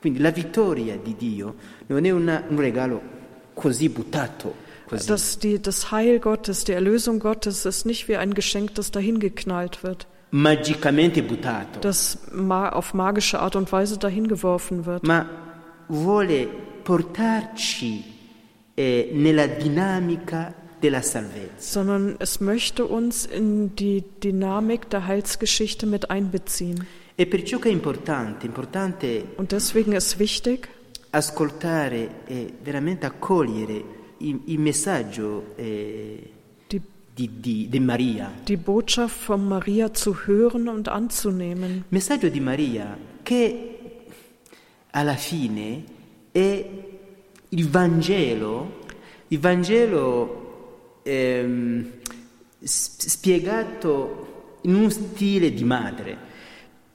S3: Quindi la vittoria di Dio non è una- un regalo così buttato, così.
S4: Das, die, das Heil Gottes, die Erlösung Gottes ist nicht wie ein Geschenk, das dahingeknallt wird,
S3: magicamente buttato,
S4: das ma auf magische Art und Weise dahingeworfen wird.
S3: ma vuole portarci eh, nella dinamica della salvezza.
S4: sondern es möchte uns in die Dynamik der Heilsgeschichte mit einbeziehen.
S3: E perciò che è importante, importante
S4: Und deswegen ist wichtig,
S3: ascoltare e veramente accogliere il, il messaggio eh,
S4: die,
S3: di, di- di Maria.
S4: die Botschaft von Maria zu hören und anzunehmen.
S3: Messaggio di Maria che alla fine è il Vangelo, il Vangelo ehm, s- spiegato in uno stile di madre.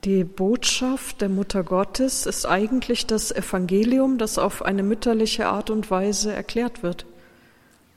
S4: Die Botschaft der Mutter Gottes ist eigentlich das Evangelium, das auf eine mütterliche Art und Weise erklärt wird.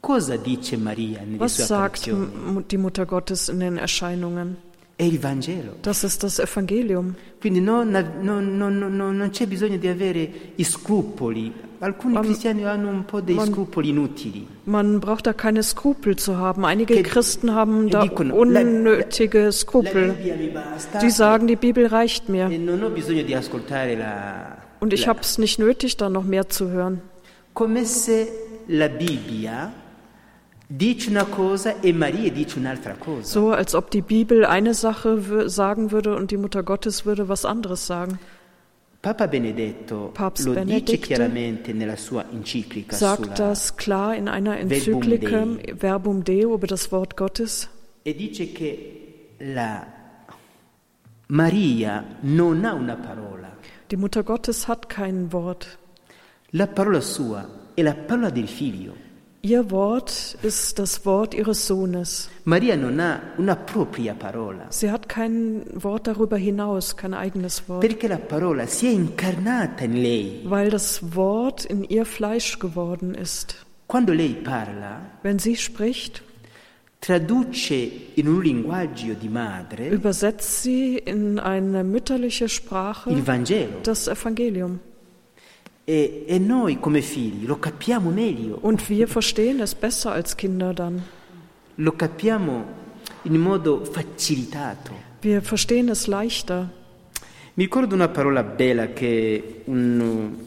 S3: Cosa dice Maria nelle
S4: Was
S3: sue
S4: sagt
S3: apparizioni?
S4: M- die Mutter Gottes in den Erscheinungen?
S3: È il Vangelo.
S4: Das ist das Evangelium.
S3: Quindi non, non- non- non- non c'è bisogno di avere i scrupoli. Alcuni
S4: Ma-
S3: cristiani hanno un po' dei
S4: ma-
S3: scrupoli inutili.
S4: Man braucht da keine Skrupel zu haben. Einige
S3: Che-
S4: Christen haben da
S3: dicono, la- la-
S4: unnötige Skrupel.
S3: La Bibbia mi basta
S4: Die sagen, die Bibel reicht
S3: e
S4: mir.
S3: non ho bisogno di ascoltare la...
S4: Und ich
S3: la-
S4: habe es nicht nötig, da noch mehr zu hören.
S3: Come se la Bibbia dice una cosa e Maria dice un'altra cosa.
S4: So, als ob die Bibel eine Sache wü- sagen würde und die Mutter Gottes würde was anderes sagen.
S3: Papa Benedetto
S4: Papst
S3: lo dice
S4: Benedetto
S3: chiaramente nella sua enciclica sulla-
S4: Sagt das klar in einer
S3: Verbum
S4: Enzyklike
S3: Dei.
S4: Verbum Deo über das Wort Gottes.
S3: e dice che la Maria non ha una parola.
S4: Die Mutter Gottes hat kein Wort.
S3: La parola sua è la parola del figlio.
S4: Ihr Wort ist das Wort ihres Sohnes.
S3: Maria non ha una propria parola,
S4: Sie hat kein Wort darüber hinaus, kein eigenes Wort,
S3: perché la parola si è incarnata in lei.
S4: weil das Wort in ihr Fleisch geworden ist.
S3: Quando lei parla,
S4: Wenn sie spricht,
S3: traduce in un linguaggio di madre
S4: übersetzt sie in eine mütterliche
S3: il
S4: Sprache
S3: Vangelo
S4: das Evangelium.
S3: e, e noi come figli lo capiamo meglio,
S4: Und wir verstehen es besser als Kinder dann.
S3: lo capiamo in modo facilitato.
S4: Wir verstehen es leichter.
S3: Mi ricordo una parola bella che un uh,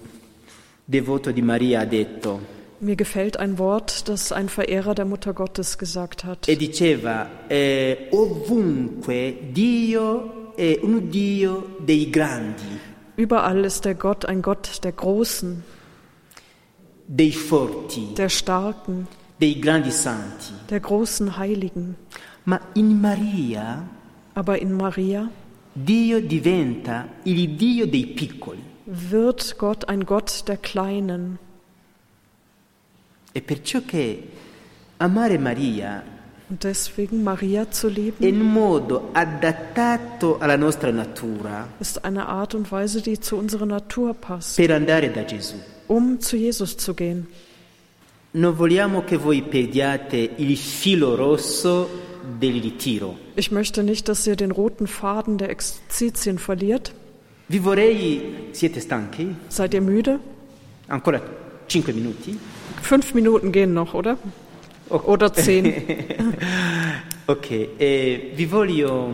S3: devoto di Maria ha detto
S4: Mir gefällt ein Wort, das ein Verehrer der Mutter Gottes gesagt hat.
S3: e diceva eh, ovunque Dio è un Dio dei grandi,
S4: Überall ist der Gott ein Gott der Großen,
S3: dei forti,
S4: der Starken,
S3: dei grandi santi.
S4: der großen Heiligen.
S3: Ma in Maria
S4: Aber in Maria
S3: Dio diventa il Dio dei piccoli
S4: wird Gott ein Gott der Kleinen.
S3: e perciò che amare Maria
S4: Und deswegen Maria zu
S3: è
S4: lieben,
S3: un modo adattato alla nostra natura
S4: ist eine Art und Weise, die zu unserer Natur passt,
S3: per andare da Gesù.
S4: um zu Jesus zu gehen.
S3: Non vogliamo che voi perdiate il filo rosso del ritiro.
S4: Ich möchte nicht, dass ihr den roten Faden der Exerzitien verliert.
S3: Vi vorrei, siete stanchi?
S4: Seid ihr müde?
S3: Ancora 5 minuti?
S4: Fünf Minuten gehen noch, oder? Oder zehn.
S3: Ok, eh, vi voglio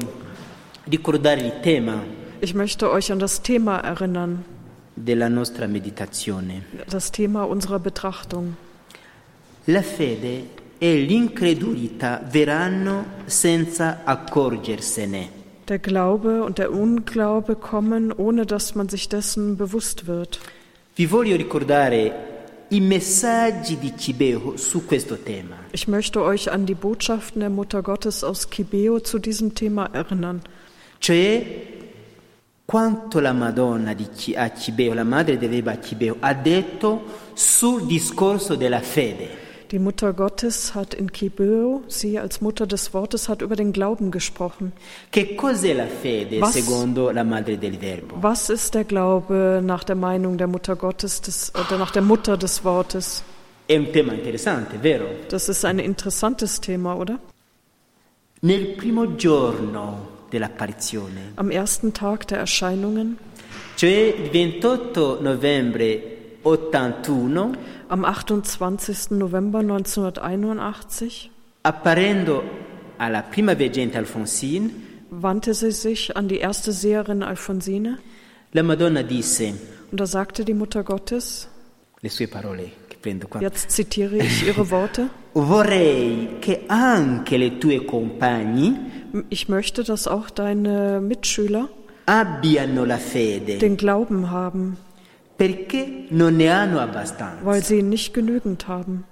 S3: ricordare il tema
S4: Ich möchte euch an das Thema erinnern,
S3: della nostra meditazione.
S4: das Thema unserer Betrachtung.
S3: La fede e l'incredulità verranno senza accorgersene.
S4: Der Glaube und der Unglaube kommen, ohne dass man sich dessen bewusst wird.
S3: Vi voglio ricordare i messaggi di Cibeo su questo tema.
S4: Ich möchte euch an die Botschaften der Mutter Gottes aus Kibeo zu diesem Thema erinnern.
S3: Cioè quanto la Madonna di Ci- a Cibeo, la madre di Eva a Cibeo, ha detto sul discorso della fede.
S4: Die Mutter Gottes hat in Kibeo, sie als Mutter des Wortes, hat über den Glauben gesprochen.
S3: Che cos'è la fede
S4: Was-
S3: secondo la madre del verbo?
S4: Was ist der Glaube nach der Meinung der Mutter Gottes, des, oder nach der Mutter des Wortes?
S3: È un tema interessante, vero?
S4: Das ist ein interessantes Thema, oder?
S3: Nel primo giorno dell'apparizione,
S4: Am ersten Tag der Erscheinungen,
S3: cioè il 28 novembre 81,
S4: am 28. November 1981,
S3: apparendo alla prima veggente Alfonsine,
S4: wandte sie sich an die erste Seherin Alfonsine
S3: la Madonna disse,
S4: und da sagte die Mutter Gottes,
S3: le sue parole che prendo qua,
S4: Jetzt zitiere ich ihre Worte.
S3: Vorrei che anche le tue compagni
S4: Ich möchte, dass auch deine Mitschüler
S3: abbiano la fede
S4: den Glauben haben,
S3: perché non ne hanno abbastanza.
S4: weil sie ihn nicht genügend haben.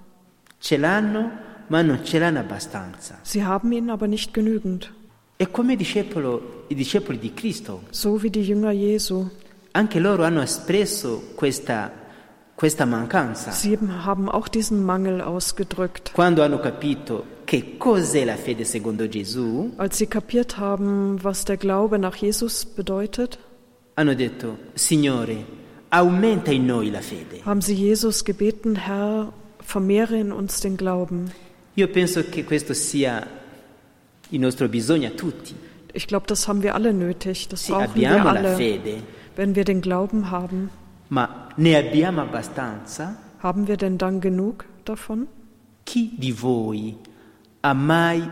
S3: Ce l'hanno, ma non ce l'hanno abbastanza.
S4: Sie haben ihn aber nicht genügend,
S3: E come i discepolo- i discepoli di Cristo,
S4: so wie die Jünger Jesu.
S3: anche loro hanno espresso questa, questa mancanza
S4: Sie haben auch diesen Mangel ausgedrückt.
S3: quando hanno capito che cos'è la fede secondo Gesù.
S4: Als sie kapiert haben, was der Glaube nach Jesus bedeutet,
S3: Hanno detto, Signore, aumenta in noi la fede.
S4: haben sie Jesus gebeten, Herr, vermehre in uns den Glauben.
S3: Io penso che questo sia il nostro bisogno a tutti.
S4: Ich glaube, das haben wir alle nötig, das
S3: Sì,
S4: brauchen wir
S3: abbiamo la
S4: alle.
S3: fede,
S4: Wenn wir den Glauben haben,
S3: ma ne abbiamo abbastanza?
S4: haben wir denn dann genug davon?
S3: Chi di voi ha mai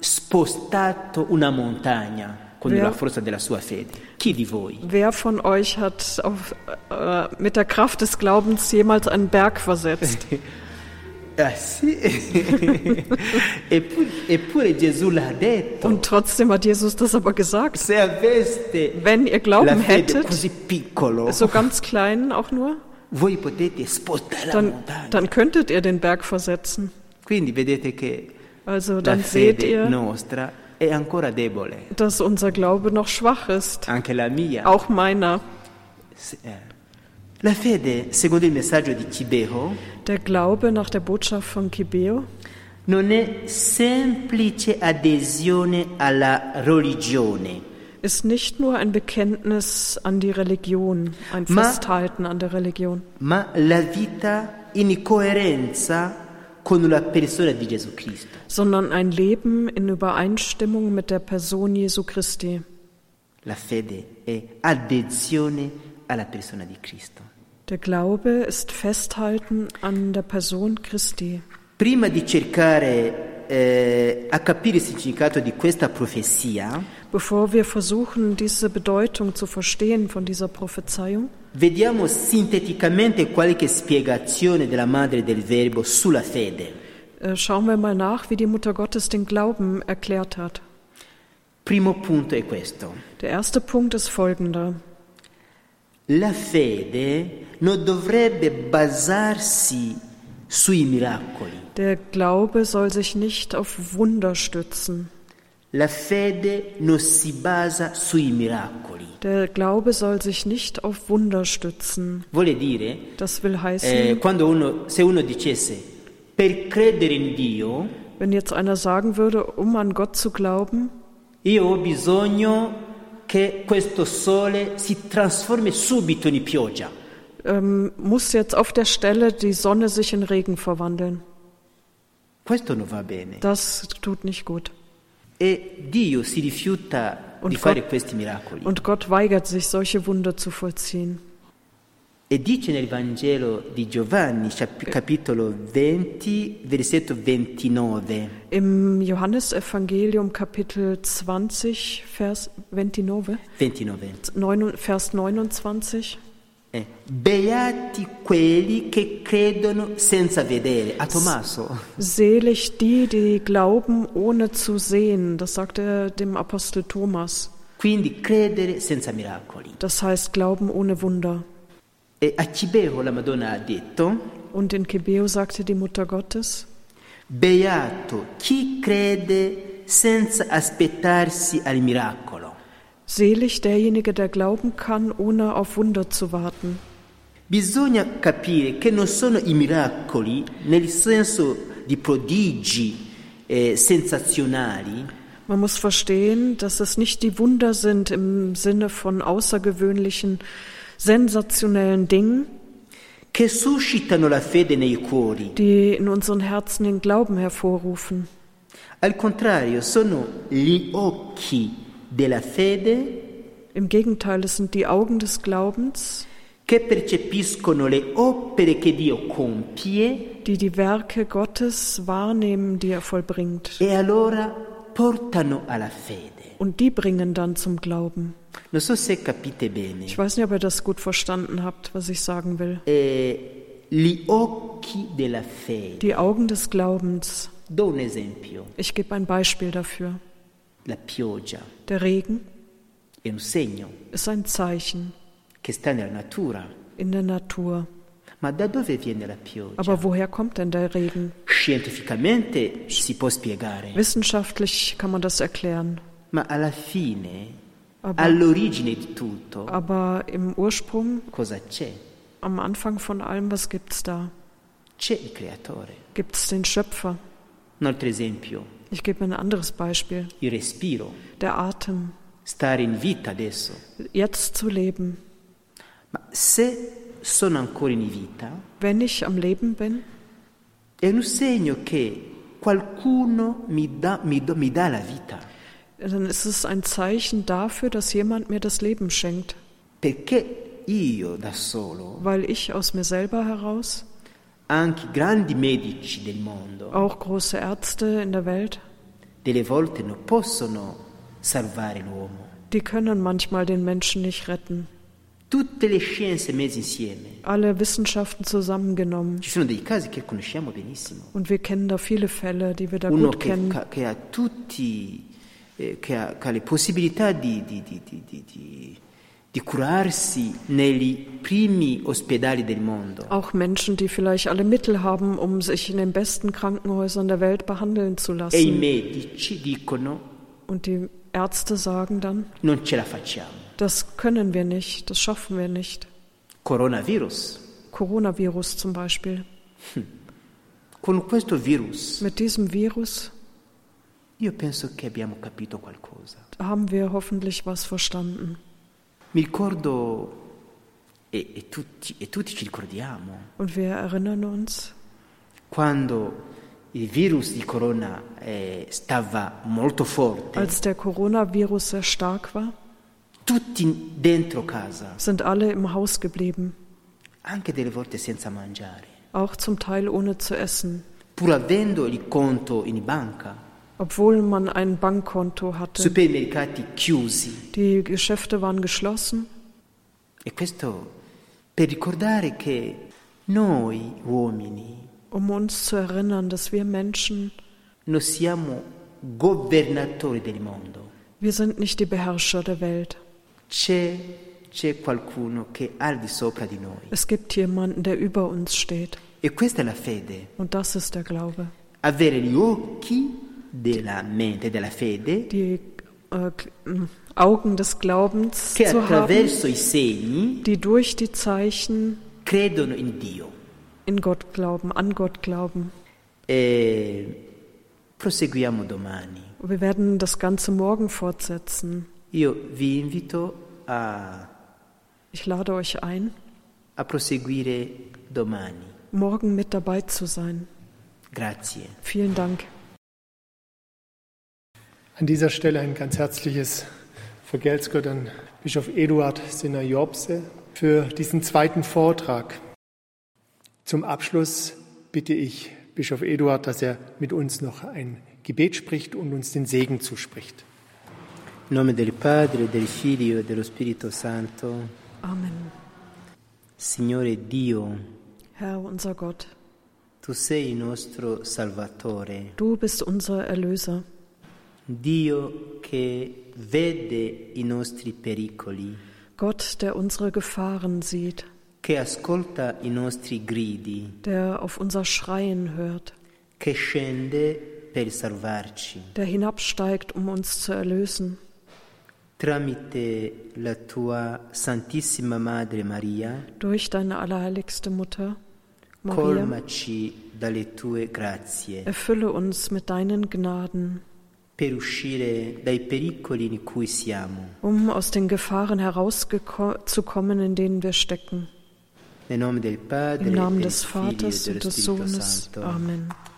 S3: spostato una montagna con
S4: Vero.
S3: la forza della sua fede? Chi di voi?
S4: Wer von euch hat auf, äh, mit der Kraft des Glaubens jemals einen Berg versetzt?
S3: Ah sì, eppure, eppure Gesù l'ha detto.
S4: Und trotzdem hat Jesus das aber gesagt.
S3: Se aveste
S4: Wenn ihr
S3: la
S4: Glauben
S3: fede
S4: hättet,
S3: così piccolo,
S4: so ganz klein auch nur,
S3: voi potete spostare la
S4: dann,
S3: montagna.
S4: dann könntet ihr den Berg versetzen.
S3: Quindi vedete che
S4: Also
S3: la
S4: dann seht
S3: fede
S4: ihr,
S3: nostra è ancora debole,
S4: dass unser Glaube noch schwach ist.
S3: anche la mia.
S4: Auch meiner.
S3: Se- eh. La fede, secondo il messaggio di Cibero,
S4: Der Glaube nach der Botschaft von Kibeo
S3: non è semplice adesione alla religione,
S4: ist nicht nur ein Bekenntnis an die Religion, ein
S3: Ma-
S4: Festhalten an der Religion,
S3: ma la vita in coerenza con la persona di Gesù Cristo.
S4: sondern ein Leben in Übereinstimmung mit der Person Jesu Christi.
S3: La fede è adesione alla persona di Cristo.
S4: Der Glaube ist Festhalten an der Person Christi.
S3: Prima di cercare eh, a capire il significato di questa profezia,
S4: Bevor wir versuchen, diese Bedeutung zu verstehen von dieser Prophezeiung,
S3: vediamo sinteticamente qualche spiegazione della madre del Verbo sulla fede.
S4: äh, schauen wir mal nach, wie die Mutter Gottes den Glauben erklärt hat.
S3: Primo punto è questo.
S4: Der erste Punkt ist folgender.
S3: La fede non dovrebbe basarsi sui miracoli.
S4: Der Glaube soll sich nicht auf Wunder stützen.
S3: La fede non si basa sui miracoli.
S4: Der Glaube soll sich nicht auf Wunder stützen.
S3: Vuole dire,
S4: Das will heißen,
S3: eh, quando uno, se uno dicesse per credere in Dio,
S4: wenn jetzt einer sagen würde, um an Gott zu glauben,
S3: io ho bisogno che questo sole si trasformi subito in pioggia.
S4: ähm, muss jetzt auf der Stelle die Sonne sich in Regen verwandeln.
S3: Questo non va bene.
S4: Das tut nicht gut.
S3: E Dio si rifiuta
S4: Un
S3: di
S4: fa-
S3: fare questi miracoli.
S4: Und Gott weigert sich, solche Wunder zu vollziehen.
S3: E dice nel Vangelo di Giovanni, sciap- capitolo 20, versetto 29,
S4: Im Johannesevangelium Kapitel 20, Vers 29,
S3: 29.
S4: neun- Vers 29.
S3: eh, Beati quelli che credono senza vedere. A Tommaso,
S4: Selig die, die glauben, ohne zu sehen. Das sagt er dem Apostel Thomas.
S3: quindi credere senza miracoli.
S4: Das heißt Glauben ohne Wunder.
S3: E a Cibeo la Madonna ha detto,
S4: Und in Kebeo sagte die Mutter Gottes,
S3: Beato chi crede senza aspettarsi al miracolo.
S4: selig derjenige, der glauben kann, ohne auf Wunder zu warten.
S3: Bisogna capire che non sono i miracoli nel senso di prodigi eh, sensazionali,
S4: Man muss verstehen, dass es nicht die Wunder sind im Sinne von außergewöhnlichen, sensationellen Dingen,
S3: che suscitano la fede nei cuori.
S4: die in unseren Herzen den Glauben hervorrufen.
S3: Al contrario, sono gli occhi della fede
S4: Im Gegenteil, es sind die Augen des Glaubens,
S3: che percepiscono le opere che Dio compie
S4: die die Werke Gottes wahrnehmen, die er vollbringt.
S3: e allora portano alla fede.
S4: Und die bringen dann zum Glauben.
S3: Non so se capite bene.
S4: Ich weiß nicht, ob ihr das gut verstanden habt, was ich sagen will.
S3: Eh, gli occhi della fede.
S4: Die Augen des Glaubens.
S3: Do un esempio.
S4: Ich gebe ein Beispiel dafür.
S3: La pioggia
S4: Der Regen
S3: è un segno.
S4: ist ein Zeichen
S3: che sta nella natura.
S4: in der Natur.
S3: Ma da dove viene la pioggia?
S4: Aber woher kommt denn der Regen?
S3: Scientificamente si può spiegare,
S4: Wissenschaftlich kann man das erklären.
S3: ma alla fine,
S4: Ah beh.
S3: all'origine di tutto,
S4: Aber im Ursprung,
S3: cosa c'è?
S4: am Anfang von allem, was gibt's da?
S3: C'è il creatore.
S4: Gibt's den Schöpfer?
S3: Un altro esempio,
S4: Ich gebe ein anderes Beispiel.
S3: il respiro,
S4: Der Atem.
S3: stare in vita adesso.
S4: Jetzt zu leben.
S3: Ma se sono ancora in vita,
S4: Wenn ich am Leben bin,
S3: è un segno che qualcuno mi dà, mi do- mi dà la vita.
S4: dann ist es ein Zeichen dafür, dass jemand mir das Leben schenkt,
S3: Perché io da solo,
S4: weil ich aus mir selber heraus,
S3: anche i grandi medici del mondo,
S4: auch große Ärzte in der Welt,
S3: delle volte non possono salvare l'uomo.
S4: die können manchmal den Menschen nicht retten.
S3: tutte le scienze messe insieme.
S4: alle Wissenschaften zusammengenommen.
S3: Ci sono dei casi che conosciamo benissimo.
S4: Und wir kennen da viele Fälle, die wir da
S3: Uno
S4: gut
S3: che,
S4: kennen.
S3: ca- che ha tutti, eh, che, ha, che ha le possibilità di, di- di- di- di- di- di curarsi nei primi ospedali del mondo.
S4: Auch Menschen, die vielleicht alle Mittel haben, um sich in den besten Krankenhäusern der Welt behandeln zu
S3: E i
S4: lassen.
S3: medici dicono
S4: Und die Ärzte sagen dann,
S3: non ce la facciamo.
S4: das können wir nicht, das schaffen wir nicht.
S3: Coronavirus.
S4: Coronavirus zum Beispiel.
S3: Con questo virus
S4: Mit diesem Virus
S3: io penso che abbiamo capito qualcosa.
S4: haben wir hoffentlich was verstanden.
S3: Mi ricordo, e, e tutti, e tutti ci ricordiamo,
S4: Und wir erinnern uns,
S3: quando il virus di corona eh, stava molto forte,
S4: als der Coronavirus sehr stark war,
S3: tutti dentro casa,
S4: sind alle im Haus geblieben,
S3: anche delle volte senza mangiare,
S4: auch zum Teil ohne zu essen,
S3: pur avendo il conto in banca,
S4: obwohl man ein Bankkonto hatte.
S3: supermercati chiusi.
S4: Die Geschäfte waren geschlossen.
S3: E questo per ricordare che noi uomini
S4: um uns zu erinnern, dass wir Menschen,
S3: non siamo governatori del mondo.
S4: wir sind nicht die Beherrscher der Welt.
S3: C'è, c'è qualcuno che ha al di sopra di noi.
S4: Es gibt jemanden, der über uns steht.
S3: E questa è la fede.
S4: Und das ist der Glaube.
S3: avere gli occhi della mente, della fede,
S4: Die äh, m, Augen des Glaubens
S3: che
S4: zu haben,
S3: attraverso i segni
S4: die durch die Zeichen
S3: credono in Dio.
S4: in Gott glauben, an Gott glauben.
S3: E proseguiamo domani.
S4: Wir werden das Ganze morgen fortsetzen.
S3: Io vi invito a,
S4: Ich lade euch ein,
S3: a proseguire domani.
S4: morgen mit dabei zu sein.
S3: Grazie.
S4: Vielen Dank.
S1: An dieser Stelle ein ganz herzliches Vergelt's Gott an Bischof Eduard Sinajobse für diesen zweiten Vortrag. Zum Abschluss bitte ich Bischof Eduard, dass er mit uns noch ein Gebet spricht und uns den Segen zuspricht.
S3: In nome del Padre, del Figlio e dello Spirito Santo,
S4: Amen.
S3: Signore Dio,
S4: Herr unser Gott,
S3: tu sei il nostro Salvatore,
S4: du bist unser Erlöser.
S3: Dio che vede i nostri pericoli.
S4: Gott, der unsere Gefahren sieht,
S3: che ascolta i nostri gridi,
S4: der auf unser Schreien hört,
S3: che scende per salvarci.
S4: der hinabsteigt, um uns zu erlösen.
S3: Tramite la tua Santissima Madre Maria,
S4: Durch deine allerheiligste Mutter, Maria,
S3: colmaci dalle tue grazie
S4: erfülle uns mit deinen Gnaden,
S3: per uscire dai pericoli in cui siamo.
S4: um aus den Gefahren herauszukommen, in denen wir stecken.
S3: Nel nome del Padre,
S4: Im Namen
S3: del
S4: des
S3: Figlio e
S4: Vaters
S3: dello
S4: und des
S3: Spirito
S4: Sohnes.
S3: Santo.
S4: Amen.